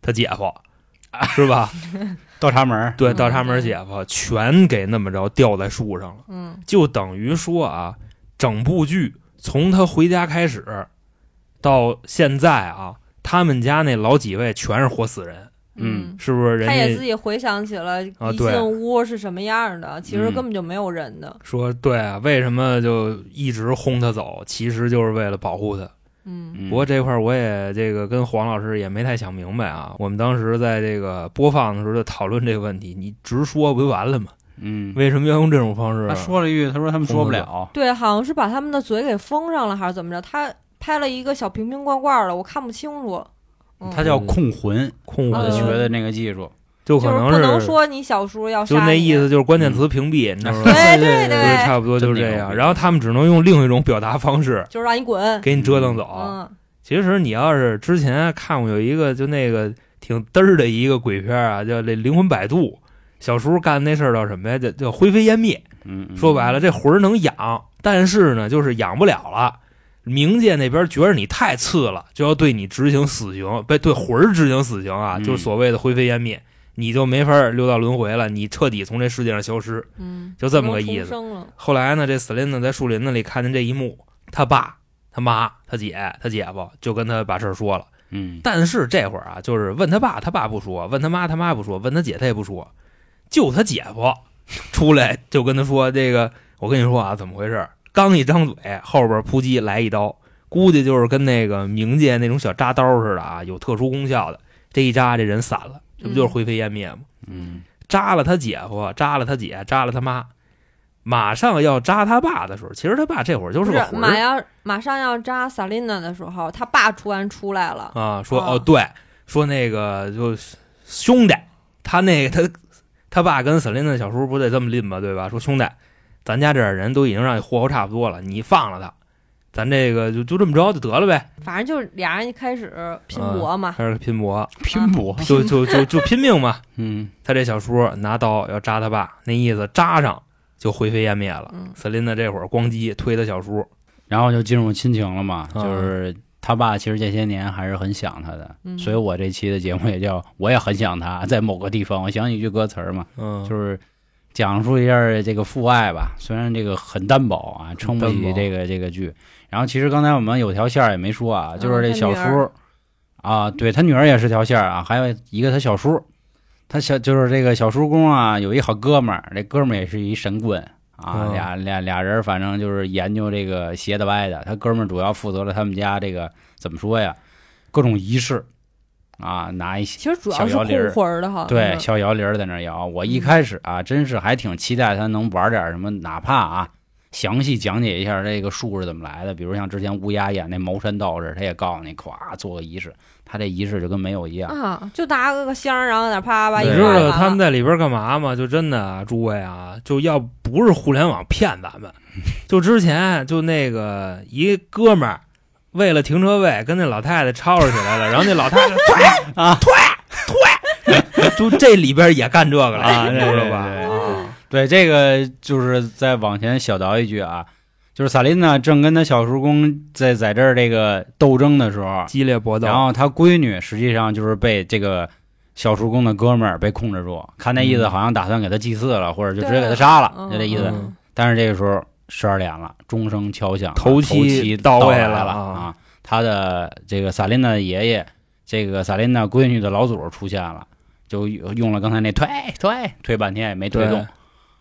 S4: 他姐夫，是吧？
S3: 倒插门儿
S4: 对，
S5: 嗯
S4: 倒插门姐夫全给那么着吊在树上了，
S5: 嗯，
S4: 就等于说啊，整部剧从他回家开始到现在啊，他们家那老几位全是活死人，
S3: 嗯，
S4: 是不是？人
S5: 他也自
S4: 家
S5: 己回想起了
S4: 啊
S5: 一
S4: 对
S5: 进屋是什么样的，其实
S3: 嗯
S5: 根本就没有人的，
S4: 说对啊，为什么就一直轰他走？其实就是为了保护他。
S5: 嗯
S3: 嗯
S4: 不过这块儿我也这个跟黄老师也没太想明白啊。我们当时在这个播放的时候就讨论这个问题，你直说不就完了吗？
S3: 嗯，
S4: 为什么要用这种方式？
S3: 他
S4: 啊
S3: 说了一句，他说他们说不了，
S5: 对，好像是把他们的嘴给封上了还是怎么着，他拍了一个小瓶瓶罐罐的，我看不清楚，嗯、
S3: 他叫控魂，
S4: 控
S5: 嗯
S3: 他
S4: 文
S3: 学
S4: 学
S3: 的那个技术，
S4: 就
S5: 就
S4: 可
S5: 是
S4: 能
S5: 不能说你小叔要
S4: 就
S5: 杀
S4: 那
S5: 你
S4: 意思，就是关键词屏蔽，你知道吗？
S5: 对对
S4: 就
S5: 对
S4: 是差不多就是
S3: 嗯
S4: 这
S3: 真牛
S4: 样。
S3: 逼
S4: 然后他们只能用另一种表达方式
S5: 就是让你滚，
S4: 给你折腾走。
S5: 嗯
S4: 其实你要是之前看过有一个就那个挺嘚儿的一个鬼片啊，叫这《灵魂摆渡》，小叔干那事儿叫什么呀？叫叫灰飞烟灭。
S3: 嗯，嗯
S4: 说白了，这魂儿能养，但是呢，就是养不了了。冥界那边觉得你太次了，就要对你执行死刑，不对魂儿执行死刑啊，
S3: 嗯
S4: 就是所谓的灰飞烟灭，你就没法溜到轮回了，你彻底从这世界上消失。
S5: 嗯，
S4: 就这么
S5: 不能
S4: 个意
S5: 重
S4: 思
S5: 生了
S4: 后来呢，这斯林呢在树林子里看见这一幕，他爸、他妈、他姐、他姐夫就跟他把事儿说了。
S3: 嗯
S4: 但是这会儿啊，就是问他爸，他爸不说；问他妈，他妈不说；问他姐，他也不说。就他姐夫出来就跟他说：“这个，我跟你说啊，怎么回事儿？”刚一张嘴，后边扑叽来一刀，估计就是跟那个冥界那种小扎刀似的啊，有特殊功效的。这一扎，这人散了，这不就是灰飞烟灭吗？
S3: 嗯
S4: 扎了他姐夫，扎了他姐，扎了他妈，马上要扎他爸的时候，其实他爸这会儿就
S5: 不
S4: 个
S5: 是
S4: 魂
S5: 马
S4: 儿
S5: 要马上要扎萨琳娜的时候，他爸突然出来了，
S4: 啊，说
S5: 啊
S4: 哦对，说那个就兄弟，他那个 <laughs> 他他爸跟瑟琳娜小叔不得这么拎吗？对吧？说兄弟，咱家这点人都已经让你霍霍差不多了，你放了他，咱这个就就这么着就得了呗，
S5: 反正就是俩人一开始拼
S4: 啊
S5: 搏嘛，
S4: 开始拼搏，啊
S3: 拼搏，
S4: 就就就就拼命嘛。
S3: 嗯
S4: 他这小叔拿刀要扎他爸，那意思扎上就灰飞烟灭了。
S5: 嗯
S4: 瑟琳娜这会儿咣叽推他小叔，
S3: 然后就进入亲情了嘛，
S4: 啊
S3: 就是他爸其实这些年还是很想他的，
S5: 嗯
S3: 所以我这期的节目也叫我也很想他，在某个地方，我想起一句歌词儿嘛，
S4: 嗯，
S3: 就是讲述一下这个父爱吧，虽然这个很单薄啊，撑不
S4: 很单
S3: 起
S4: 薄
S3: 这个这个剧。然后其实刚才我们有条线儿也没说啊，就是这小
S5: 他女
S3: 叔
S5: 儿
S3: 啊，对他女儿也是条线儿啊，还有一个他小叔，他小就是这个小叔公啊，有一好哥们儿，这哥们儿也是一神棍啊，
S4: 嗯
S3: 俩俩俩人反正就是研究这个邪的歪的。他哥们儿主要负责了他们家这个怎么说呀，各种仪式啊，拿一些。
S5: 其实主要是
S3: 小摇
S5: 控
S3: 铃儿
S5: 魂儿的哈，
S3: 对，
S5: 嗯
S3: 小摇铃儿在那儿摇。我一开始啊，真是还挺期待他能玩点什么，哪怕啊，详细讲解一下这个术是怎么来的。比如像之前乌鸦演那茅山道士，他也告诉你，咵做个仪式，他这仪式就跟没有一样。
S5: 啊，就拿个箱儿，然后在那啪啪啪一
S4: 你
S5: 挂
S4: 知
S5: 完
S4: 道
S5: 了
S4: 他们在里边干嘛吗？就真的啊，诸位啊，就要不是互联网骗咱
S3: <laughs>
S4: 们，就之前就那个一哥们儿为了停车位跟那老太太吵吵起来了，然后那老太
S3: <laughs>
S4: 太退
S3: 啊
S4: 退退， <laughs> 就这里边也干这个
S3: 啊
S4: 了，你知道吧？
S3: 对对
S4: 啊，
S3: 对，这个就是再往前小倒一句啊，就是萨琳娜正跟她小叔公在在这儿这个斗争的时候，
S4: 激烈搏斗，
S3: 然后她闺女实际上就是被这个小叔公的哥们儿被控制住，看那意思
S4: 嗯
S3: 好像打算给他祭祀了，或者就
S5: 对
S3: 直接给他杀了，
S5: 嗯
S3: 就这意思。啊
S5: 嗯
S3: 但是这个时候十二点了，钟声敲响了，
S4: 头
S3: 头
S4: 七
S3: 到
S4: 到位
S3: 来
S4: 了
S3: 了啊！他的这个萨琳娜的爷爷，这个萨琳娜闺女的老祖出现了，就用了刚才那推推推半天也没推
S4: 对
S3: 动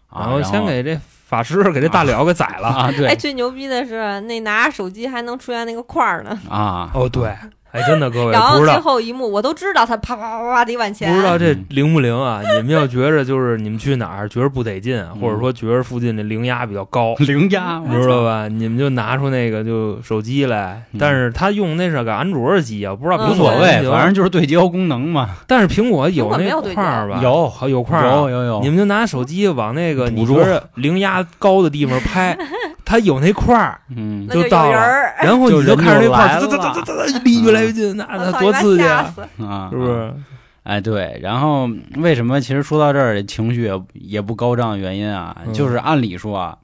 S3: 啊，
S4: 然后先给这法师给这大辽给宰了。
S3: 啊，
S5: 哎，
S3: 对
S5: 最牛逼的是那拿着手机还能出现那个块儿呢，
S4: <laughs>
S3: 啊，<laughs>
S4: 哦，对，哎，真的各位
S5: 然
S4: 不
S5: 后
S4: 知
S5: 最
S4: 道。
S5: 后一幕我都知道他啪啪啪啪的一碗钱，
S4: 不知道这灵不灵
S5: <laughs>
S4: 啊？你们要觉着就是你们去哪儿觉着不得劲，啊
S3: 嗯
S4: 或者说觉着附近这灵压比较高，
S3: 零压，我
S4: 你知道吧？你们就拿出那个就手机来
S3: 嗯，
S4: 但是他用那是个安卓机啊，不知道
S5: 嗯
S4: 苹
S3: 无
S4: 果
S3: 所谓
S4: 行，不行
S3: 反正就是对焦功能嘛，
S4: 但是苹果有那
S5: 苹果没有对
S4: 块儿吧？
S3: 有
S4: 好有块儿啊
S3: 有有有，
S4: 你们就拿手机往那个你
S3: 捕
S4: 觉
S3: 捉
S4: 着灵压高的地方
S5: <laughs>
S4: 拍，它有那块儿，
S3: 嗯
S5: 那就
S4: 就到
S5: 有
S4: 了
S5: 人儿，
S4: 然后
S3: 就
S4: 你就
S3: 人
S4: 看着
S3: 就
S4: 那块
S3: 来
S4: 儿哒哒哒哒哒哒离越来越近，那
S5: 我
S4: 那
S5: 操，
S4: 多
S5: 一般
S4: 刺激
S5: 吓
S4: 啊！
S5: 死！
S3: 啊，
S4: 是不？是？
S3: 哎，对，然后为什么其实说到这儿情绪也也不高涨？原因啊，
S4: 嗯
S3: 就是按理说啊，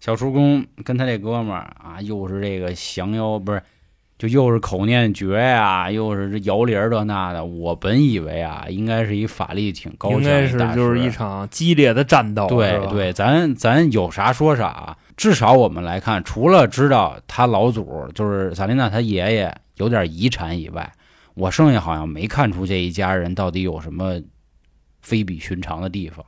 S3: 小叔公跟他这哥们儿啊，又是这个降妖不是，就又是口念诀呀、又是这摇铃儿这那的。我本以为啊，应该是一法力挺高强
S4: 应
S3: 的
S4: 该是
S3: 大
S4: 就是
S3: 师
S4: 一场激烈的战斗，是
S3: 对
S4: 吧，
S3: 对，咱咱有啥说啥啊。至少我们来看，除了知道他老祖就是萨琳娜他爷爷有点遗产以外，我剩下好像没看出这一家人到底有什么非比寻常的地方。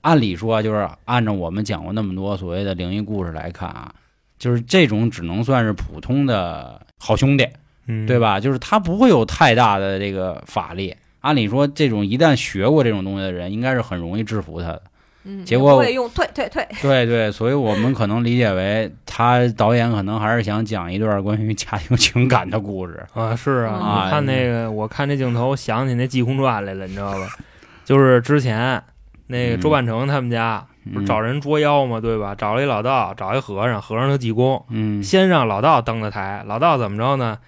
S3: 按理说，就是按照我们讲过那么多所谓的灵异故事来看啊，就是这种只能算是普通的好兄弟，
S4: 嗯
S3: 对？吧？就是他不会有太大的这个法力。按理说，这种一旦学过这种东西的人，应该是很容易制服他的。
S5: 嗯，
S3: 结果
S5: 也不会用退退退，
S3: <laughs> 对对，所以我们可能理解为他导演可能还是想讲一段关于家庭情感的故事。
S4: 啊，是
S3: 啊
S4: 啊，你看那个，我看这镜头，我想起那《济公传》来了，你知道吧？就是之前那个
S3: 嗯
S4: 周半成他们家不
S3: 嗯
S4: 是找人捉妖嘛，对吧？找了一老道，找一和尚，和尚他济公，
S3: 嗯
S4: 先让老道登的台，老道怎么着呢？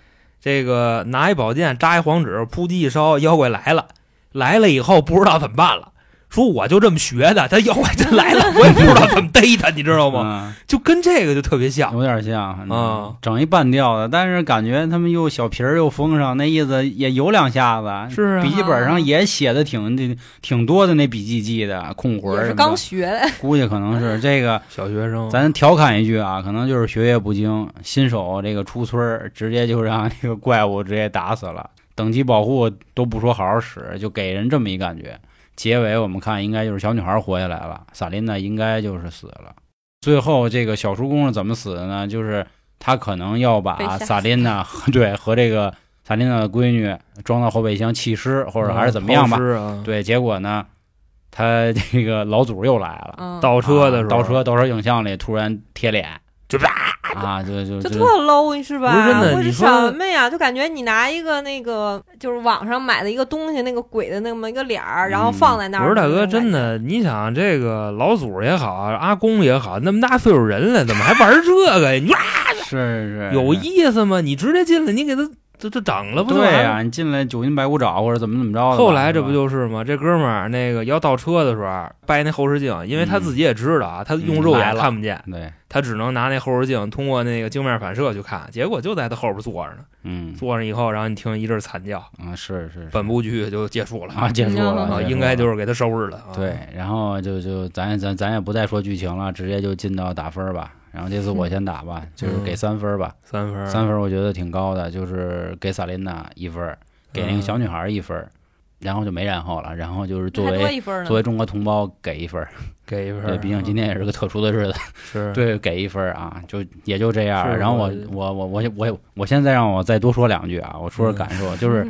S4: 这个拿一宝剑扎一黄纸，扑叽一烧，妖怪来了。来了以后不知道怎么办了，说我就这么学的，他妖怪真来了，我也不知道怎么逮他，你知道吗？
S3: 嗯，
S4: 就跟这个就特别像。
S3: 有点像嗯反正
S4: 啊
S3: 整一半吊的，但是感觉他们又小皮儿又封上，那意思也有两下子。
S4: 是啊
S3: 笔，记本上也写的挺挺多的，那笔记记的空活
S5: 也
S3: 儿
S5: 是
S3: 什么
S5: 刚
S3: 的，
S4: <laughs>
S5: 学的。
S3: 估计可能是这个。
S4: 小学生，
S3: 咱调侃一句啊，可能就是学业不精，新手这个出村儿，直接就让这个怪物直接打死了，等级保护都不说好好使，就给人这么一感觉。结尾我们看应该就是小女孩活下来了，萨琳娜应该就是死了。最后这个小叔公是怎么死的呢？就是他可能要
S5: 被
S3: 把
S5: 吓死
S3: 萨琳娜和 <laughs> 对和这个萨琳娜的闺女装到后备箱弃尸，或者还是怎么样吧
S4: 抛。尸啊
S3: 对，结果呢，他这个老祖又来了。
S5: 嗯，
S4: 倒车的时候，
S3: 啊倒车倒车影像里突然贴脸，
S4: 就
S3: 啊，就就
S5: 就
S3: 就
S5: 特 low，你是吧？
S4: 不是真的
S5: 我是
S4: 你
S5: 什
S4: 说
S5: 么呀？就感觉你拿一个那个，就是网上买的一个东西，那个鬼的那么一个脸儿，然后放在那儿。
S4: 我说嗯大哥，真
S5: 的，
S4: 的，你想这个老祖也好，啊阿公也好，那么大岁数人了，怎么还玩这个呀？你说
S3: 是是
S4: 有意思吗？你直接进来，你给他这这整了不就
S3: 对
S4: 完
S3: 呀、
S4: 了？
S3: 你进来九阴白骨爪或者怎么怎么着的吧，
S4: 后来这
S3: 是吧
S4: 不就是吗？这哥们儿那个要倒车的时候啊掰那后视镜，因为他
S3: 嗯
S4: 自己也知道啊，他用
S3: 嗯
S4: 肉
S3: 来
S4: 眼
S3: 了
S4: 看不见，
S3: 对，
S4: 他只能拿那后视镜通过那个镜面反射去看，结果就在他后边坐着呢。
S3: 嗯
S4: 坐上以后，然后你听一阵惨叫，
S3: 啊是是是
S4: 本部剧就结束
S3: <laughs>
S4: 了
S3: 啊，结束了，
S4: <laughs> 啊
S3: 结束
S4: 应该
S3: 了
S4: 就是给他收拾了啊。
S3: 对，然后就就咱咱咱也不再说剧情了，直接就进到打分儿吧。然后这次
S4: <laughs>
S3: 我先打吧，就是
S4: 嗯
S3: 给三分儿吧，
S4: 三分儿，
S3: 嗯
S4: 嗯
S3: 三分儿我觉得挺高的，就是给萨琳娜一分儿，给那个小女孩儿一分儿，然后就没然后了，然后就是作
S5: 还多
S3: 为
S5: 一分呢
S3: 作。为中国同胞给一分儿，
S4: 给一分
S3: 对，
S4: 儿。嗯啊
S3: 毕竟今天也是个特殊的日子，
S4: 是，
S3: <laughs> 对，给一分儿啊，就也就这样儿。
S4: 是
S3: 然后我我我我我我现在让我再多说两句啊，我说说
S4: 嗯
S3: 感受，就是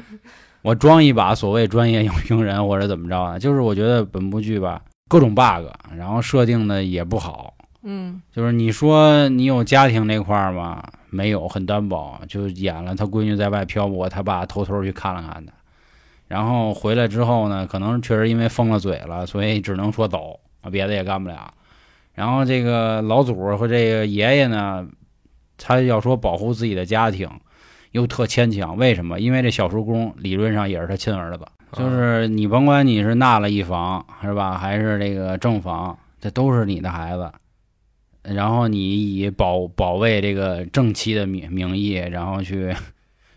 S3: 我装一把所谓专业影评人或者怎么着啊，就是我觉得本部剧吧各种 bug，然后设定的也不好，
S5: 嗯，
S3: 就是你说你有家庭那块儿吗？没有，很单薄，就演了他闺女在外漂泊，他爸偷偷去看了看他，然后回来之后呢，可能确实因为封了嘴了，所以只能说走，啊别的也干不了。然后这个老祖儿和这个爷爷呢，他要说保护自己的家庭，又特牵强，为什么？因为这小叔公理论上也是他亲儿子，就是你甭管你是纳了一房是吧，还是这个正房，这都是你的孩子。然后你以保保卫这个正妻的名名义， <laughs> 然后去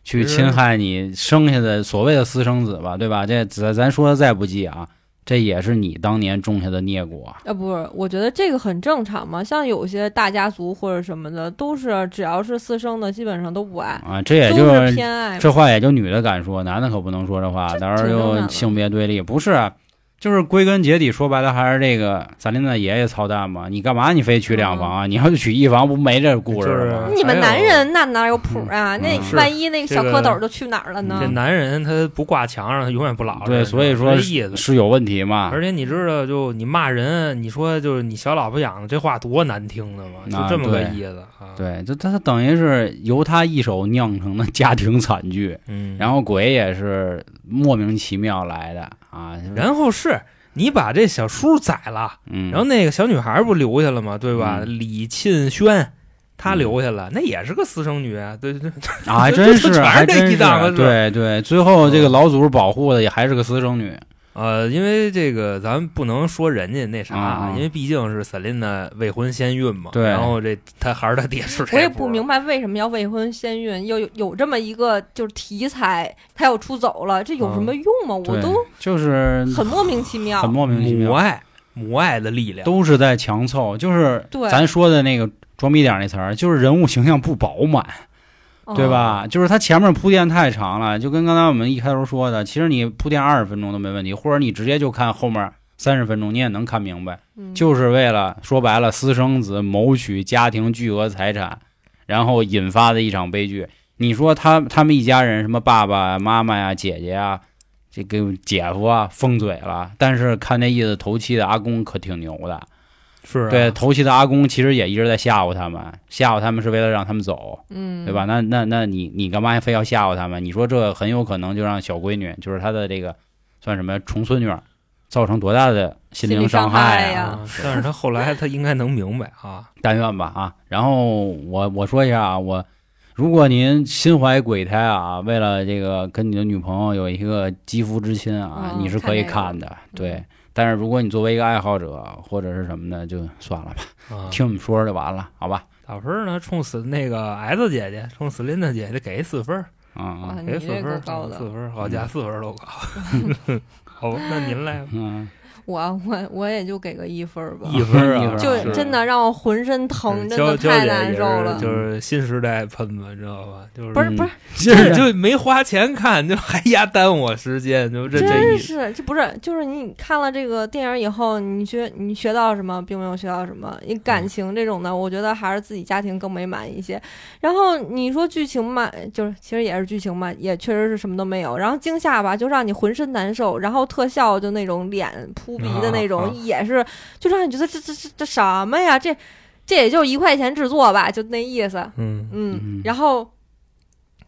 S3: 去
S4: 其实
S3: 侵害你生下的所谓的私生子吧，对吧？这咱咱说的再不济啊，这也是你当年种下的孽果。
S5: 啊，不是，我觉得这个很正常嘛。像有些大家族或者什么的，都是只要是私生的，基本上都不爱，
S3: 啊，这也
S5: 都
S3: 就是
S5: 偏爱。
S3: 这话也就女的敢说，男的可不能说这话，到时
S5: 挺正
S3: 候
S5: 常
S3: 又
S5: 的
S3: 性别对立。不是啊，就是归根结底说白了还是这个咱林的爷爷操蛋嘛。你干嘛你非娶两房啊？
S5: 嗯
S3: 你要是娶一房不没这故事了吗？
S4: 就是
S5: 你们男人那哪有谱啊？那
S3: 嗯
S4: 是
S5: 万一那个
S4: 这
S5: 小
S4: 个
S5: 蝌蚪就去哪儿了呢？
S4: 这男人他不挂墙上，他永远不老实。
S3: 对，所以
S4: 是吧
S3: 说
S4: 这意
S3: 是啊
S4: 思。
S3: 是有问题嘛。
S4: 而且你知道，就你骂人，你说就是你小老婆养的，这话多难听的嘛，
S3: 啊
S4: 就这么个
S3: 对
S4: 意思啊。，
S3: 对，就他等于是由他一手酿成的家庭惨剧，
S4: 嗯，
S3: 然后鬼也是莫名其妙来的啊。
S4: 然后是你把这小叔宰了，
S3: 嗯，
S4: 然后那个小女孩不留下了吗？对吧？
S3: 嗯
S4: 李沁轩。她留下了，那也是个私生女，对对，对
S3: 啊，还
S4: 这
S3: 真
S4: 这
S3: 是，
S4: 全是
S3: 还
S4: 这
S3: 真
S4: 一
S3: 是
S4: 档子是吧
S3: 对对，最后这个
S4: 嗯
S3: 老祖保护的也还是个私生女，
S4: 呃，因为这个咱们不能说人家那啥
S3: 嗯
S4: 啊，
S3: 嗯
S4: 因为毕竟是 Selina 未婚先孕嘛。
S3: 对
S4: 然后这他还是他爹是谁？
S5: 我也不明白为什么要未婚先孕，要有有这么一个就是题材，他要出走了，这有什
S4: 嗯
S5: 么用吗？我
S3: 对
S5: 都
S3: 就是
S5: 很莫名其妙
S3: 很。莫名其
S4: 母
S3: 妙，
S4: 爱，母爱的力量。啊
S3: 都是在强凑，就是
S5: 对
S3: 咱说的那个装逼点儿那词儿，就是人物形象不饱满，
S5: 嗯
S3: 对？吧？就是他前面铺垫太长了，就跟刚才我们一开头说的，其实你铺垫二十分钟都没问题，或者你直接就看后面三十分钟，你也能看明白。
S5: 嗯
S3: 就是为了说白了私生子谋取家庭巨额财产，然后引发的一场悲剧。你说他他们一家人什么爸爸、妈妈呀、姐姐呀、这个姐夫啊，封嘴了。但是看那意思，头七的阿公可挺牛的。
S4: 是啊
S3: 对，头七的阿公其实也一直在吓唬他们，吓唬他们是为了让他们走，
S5: 嗯，
S3: 对吧？？那那那你你干嘛非要吓唬他们？你说这很有可能就让小闺女，就是他的这个算什么重孙女儿，造成多大的心
S5: 心
S3: 灵
S5: 理
S3: 伤
S5: 伤
S3: 害
S5: 害
S3: 啊
S5: 呀！
S4: 啊，但是他后来他应该能明白
S3: <laughs>
S4: 啊。
S3: 但愿吧啊。然后我我说一下啊，我如果您心怀鬼胎啊，为了这个跟你的女朋友有一个肌肤之亲啊，
S5: 嗯
S3: 你是可以
S5: 看嗯
S3: 看的，对。但是如果你作为一个爱好者或者是什么的，就算了吧，
S5: 嗯
S4: 啊，
S3: 听我们说说就完了，好吧？
S4: 打分呢，冲死那个 S 姐姐，冲死琳达姐姐给四分，
S3: 啊、
S5: 啊，
S3: 嗯、
S5: 你
S4: 给
S5: 这
S4: 四
S5: 个够
S4: 分，
S5: 高的
S4: 四。分，好家四分都高。好，那您来吧
S3: 嗯，
S5: 我啊我我也就给个一分儿吧，
S4: 一分
S3: <laughs> 一分
S4: 啊
S3: 啊，
S5: 就是真的让我浑身疼，真
S4: 娇
S5: 的
S4: 娇
S5: 太
S4: 姐
S5: 难
S4: 也
S5: 受
S4: 是
S5: 了。
S4: 就是新时代喷子，知道吧？就是
S5: 不是不是，
S4: 这就没花钱看，就还压耽误我时间，就这这
S5: 真
S4: 一
S5: 是，这不是就是你看了这个电影以后，你学你学到什么，并没有学到什么。你感
S4: 嗯
S5: 情这种的，我觉得还是自己家庭更美满一些。然后你说剧情嘛，就是其实也是剧情嘛，也确实是什么都没有。然后惊吓吧，就让你浑身难受。然后特效就那种脸扑鼻的那种，
S4: 啊啊
S5: 也是就让你觉得这这这这什么呀？这这也就一块钱制作吧，就那意思。
S4: 嗯，
S3: 嗯
S5: 嗯，然后。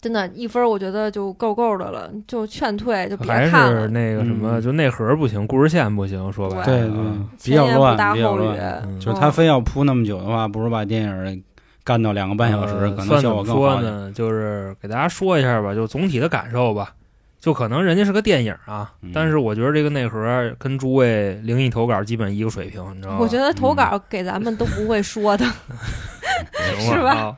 S5: 真的，一分儿我觉得就够够的了，就劝退，就别
S4: 还
S5: 看了
S4: 是。那个什么，
S3: 嗯
S4: 就内核不行，故事线不行，说白了啊，
S3: 对对，比
S5: 前
S3: 较
S5: 言不搭
S3: 乱，比较
S5: 后语，
S3: 乱。
S4: 嗯
S3: 就是他非要铺那么久的话，不如把电影干到两个半小时，
S4: 呃
S3: 可能
S4: 算
S3: 效
S4: 怎
S3: 果更
S4: 么
S3: 好
S4: 说
S3: 一点。
S4: 呢，就是给大家说一下吧，就总体的感受吧。就可能人家是个电影啊，
S3: 嗯
S4: 但是我觉得这个内核跟诸位灵异投稿基本一个水平，你知道吗？
S5: 我觉得投稿给咱们都不会说的。
S4: 得
S5: 是吧？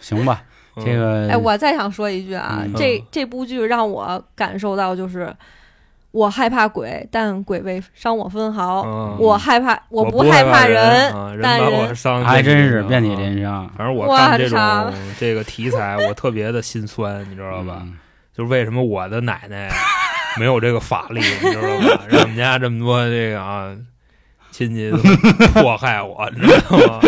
S3: 行吧，
S4: 嗯
S3: 这个
S5: 哎，我再想说一句啊，
S3: 嗯
S5: 这这部剧让我感受到就是，我害怕鬼，但鬼未伤我分毫；
S4: 嗯
S5: 我害怕，我
S4: 不
S5: 害
S4: 怕
S5: 人，
S4: 啊
S5: 但
S4: 把
S5: 人
S4: 我伤，
S3: 还真是遍
S4: 遍
S3: 体
S4: 体鳞伤
S3: 鳞
S4: 啊。
S3: 伤，
S4: 反正我
S5: 哇
S4: 看这种
S5: 操
S4: 这个题材，我特别的心酸，你知道吧？
S3: 嗯？
S4: 就是为什么我的奶奶没有这个法力， <laughs> 你知道吗？让我们家这么多这个啊亲戚都迫害我，你知道吗？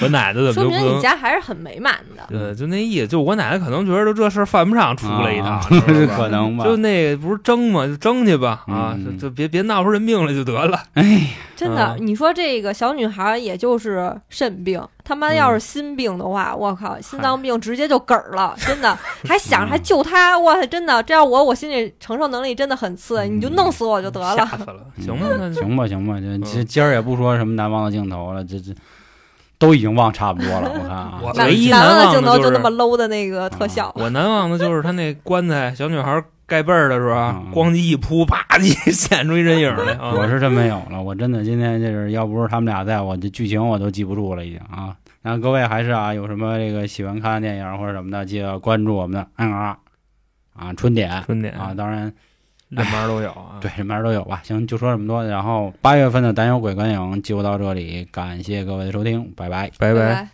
S4: 我奶奶怎么
S5: 说
S4: 就不
S5: 明你
S4: 能？
S5: 家还是很美满的。
S4: 对，就那意思，就我奶奶可能觉得这事儿犯不上出来一趟，
S3: 啊
S4: 你
S3: <laughs>
S4: 知
S3: 这
S4: 道吧
S3: 可能吧？
S4: <laughs> 就那个不是争嘛，就争去吧啊，
S3: 嗯
S4: 就就别别闹出人命来就得了。
S3: 哎，
S5: 真的，
S4: 嗯
S5: 你说这个小女孩，也就是肾病，他妈要是心病的话，我靠，心脏病直接就嗝儿了，真的，还想着还救她，哇塞，真的，这要我，我心理承受能力真的很次，
S3: 嗯
S5: 你就弄死我就得
S4: 吓
S5: 了。
S4: 死了，行吧，那就
S3: 行吧行吧，这
S4: 嗯
S3: 这今儿也不说什么难忘的镜头了，这这都已经忘差不多了。我看
S4: <laughs>
S3: 啊
S4: 我，
S5: 难
S4: 唯一
S5: 难
S4: 难
S5: 的镜
S4: 忘的
S5: 头
S4: 就是
S5: 那么 low 的那个特效，
S4: <laughs> 我难忘的就是他那棺材，小女孩盖被儿的时候啊，
S3: 嗯
S4: 咣叽一扑，啪 <laughs> 叽显出一人影来啊！
S3: 我是真没有了，我真的今天就是要不是他们俩在我这剧情我都记不住了已经啊。然后各位还是啊，有什么这个喜欢看的电影或者什么的，记得关注我们的 NR 啊春点
S4: 春点
S3: 啊，，当然
S4: 两边都有啊。
S3: 对，什么样都有吧。行，就说这么多。然后八月份的《胆有鬼观影》就到这里，感谢各位的收听，拜拜。
S4: 拜
S5: 拜。